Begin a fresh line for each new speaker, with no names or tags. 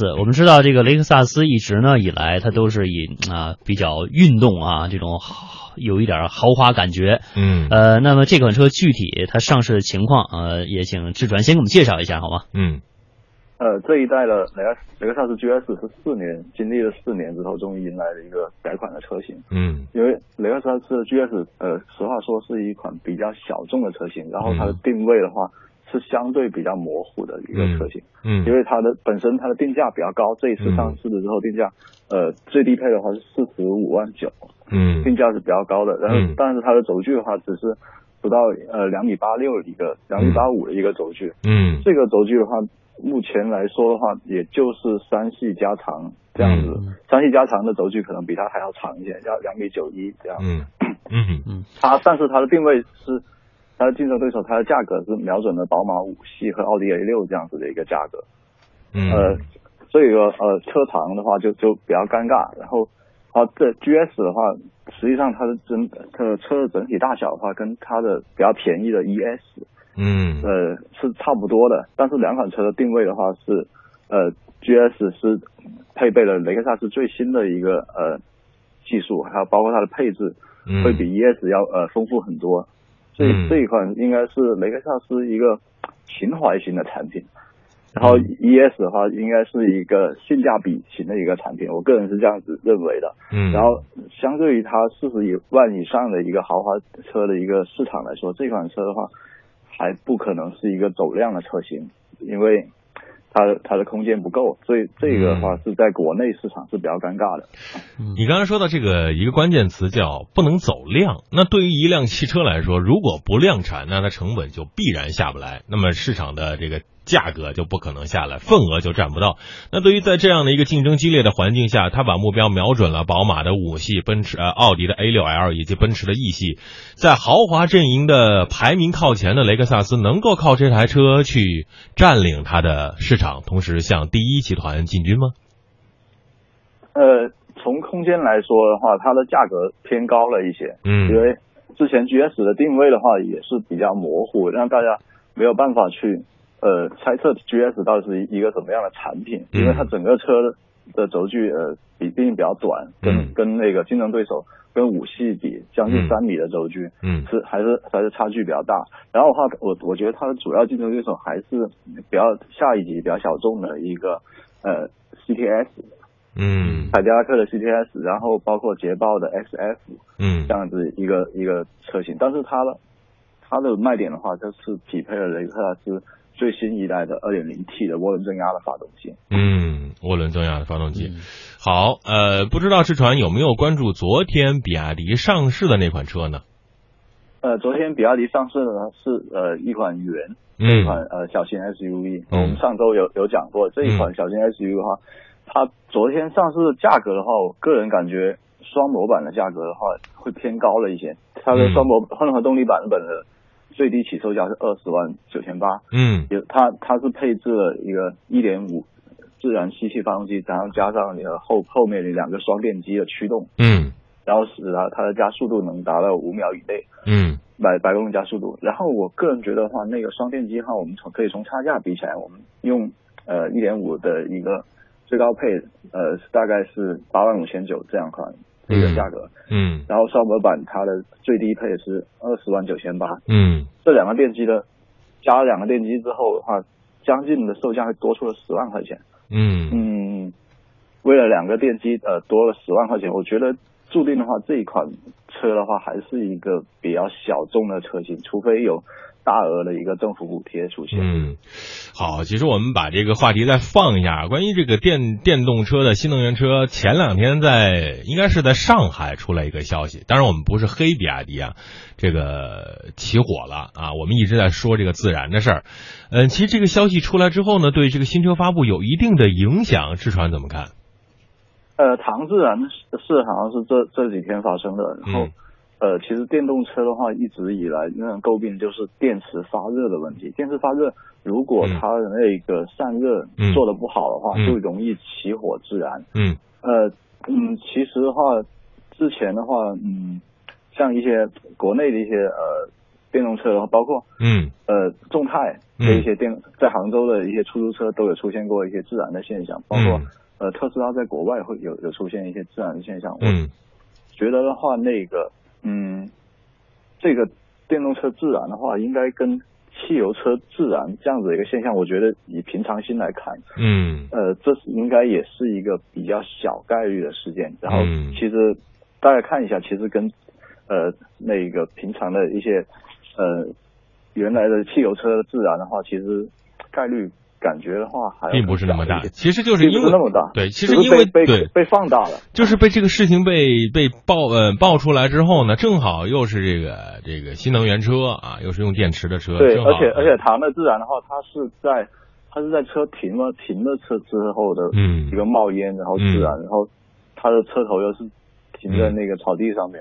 斯，我们知道这个雷克萨斯一直呢以来，它都是以啊、比较运动啊这种豪有一点豪华感觉。
嗯
呃，那么这款车具体它上市的情况，呃，也请志传先给我们介绍一下好吗？
嗯
呃，这一代的雷克雷克萨斯 GS 是四年经历了四年之后，终于迎来了一个改款的车型。
嗯
因为雷克萨斯 GS，呃，实话说是一款比较小众的车型，然后它的
嗯
定位的话是相对比较模糊的一个车型，
嗯，
因为它的本身它的定价比较高，这一次
嗯
上市了之后定价，呃，最低配的话是四十五万九，
嗯
定价是比较高的，然后、
嗯
但是它的轴距的话只是不到呃两米八六一个两米八五的一个轴距，
嗯
这个轴距的话，目前来说的话，也就是三系加长这样子。三系加长的轴距可能比它还要长一些，要两米九一这样。
嗯嗯
它但是它的定位是，它的竞争对手，它的价格是瞄准了宝马五系和奥迪 A 六这样子的一个价格。
嗯
呃，这个呃车长的话就就比较尴尬。然后啊，这 GS 的话，实际上它的整它的车的整体大小的话，跟它的比较便宜的 E ES
嗯
呃是差不多的，但是两款车的定位的话是，呃，GS 是配备了雷克萨斯最新的一个呃技术，还有包括它的配置
嗯
会比 ES 要呃丰富很多，所以
嗯
这一款应该是雷克萨斯一个情怀型的产品，然后
嗯
ES 的话应该是一个性价比型的一个产品，我个人是这样子认为的。
嗯，
然后相对于它四十以万以上的一个豪华车的一个市场来说，这款车的话还不可能是一个走量的车型，因为它的它的空间不够，所以这个的话是在国内市场是比较尴尬的。
你刚才说到这个一个关键词叫不能走量。那对于一辆汽车来说，如果不量产，那它成本就必然下不来，那么市场的这个价格就不可能下来，份额就占不到。那对于在这样的一个竞争激烈的环境下，他把目标瞄准了宝马的五系、奔驰呃奥迪的 A 六 L 以及奔驰的 E 系，在豪华阵营的排名靠前的雷克萨斯，能够靠这台车去占领它的市场，同时向第一集团进军吗？
呃，从空间来说的话，它的价格偏高了一些，
嗯
因为之前 GS 的定位的话也是比较模糊，让大家没有办法去呃猜测 GS 到底是一个什么样的产品，
嗯
因为它整个车的轴距呃比毕竟比较短，跟、
嗯
跟那个竞争对手跟五系比，将
嗯
近三米的轴距。
嗯
是还是还是差距比较大，然后的话，我我觉得它的主要竞争对手还是比较下一级比较小众的一个呃 CTS
嗯
凯迪拉克的 CTS，然后包括捷豹的 XF
嗯
这样子一个一个车型，但是它的它的卖点的话，就是匹配了雷克萨斯最新一代的 2.0T 的涡轮增压的发动机。
嗯，涡轮增压的发动机。好，呃，不知道志传有没有关注昨天比亚迪上市的那款车呢？
呃，昨天比亚迪上市的呢是呃一款元
嗯
一款呃小型 SUV，、
嗯
我们上周有有讲过这一款小型 SUV 的话，它昨天上市的价格的话，我个人感觉双模版的价格的话会偏高了一些，它的
嗯
双模混合动力版本的最低起售价是二十万九千八，
嗯
有它它是配置了一个一点五自然吸气发动机，然后加上你的后后面的两个双电机的驱动，
嗯
然后使它它的加速度能达到五秒以内。
嗯
百百公里加速度。然后我个人觉得的话，那个双电机哈，我们从可以从差价比起来，我们用呃一点五的一个最高配，呃大概是八万五千九这样款这个价格。
嗯
然后双模版它的最低配是二十万九千八，
嗯
这两个电机的加了两个电机之后的话，将近的售价会多出了十万块钱。
嗯
嗯，为了两个电机呃多了十万块钱，我觉得注定的话，这一款车的话还是一个比较小众的车型，除非有大额的一个政府补贴出现。
嗯，好，其实我们把这个话题再放一下，关于这个电电动车的新能源车，前两天在应该是在上海出来一个消息，当然我们不是黑比亚迪啊，这个起火了啊，我们一直在说这个自燃的事儿，嗯，其实这个消息出来之后呢，对这个新车发布有一定的影响，志传怎么看？
呃，唐自然是是好像是这这几天发生的，然后、
嗯
呃，其实电动车的话，一直以来让人诟病就是电池发热的问题。电池发热，如果
嗯
它的那个散热
嗯
做的不好的话，
嗯
就容易起火自燃。
嗯
呃，嗯，其实的话，之前的话，嗯，像一些国内的一些呃电动车的话，包括
嗯
呃众泰的一些电，在杭州的一些出租车都有出现过一些自燃的现象，包括、
嗯
呃特斯拉在国外会有有出现一些自燃的现象。我
嗯
觉得的话，那个，嗯，这个电动车自燃的话，应该跟汽油车自燃这样子的一个现象，我觉得以平常心来看，
嗯
呃，这是应该也是一个比较小概率的事件。然后
嗯
其实大家看一下，其实跟呃那个平常的一些呃原来的汽油车自燃的话，其实概率感觉的话还
并不是那么大
小一，点
其实就是
并
因
不是那
为
么大。
对，其
只
实
是
因为
被被
对。
被放大了，
就是被这个事情被被爆呃爆出来之后呢，正好又是这个这个新能源车啊，又是用电池的车，
对，
正好
而且而且唐的自燃的话，它是在它是在车停了停了车之后的
嗯嗯
一个冒烟，然后自燃，然后它的车头又是停在那个草地上面，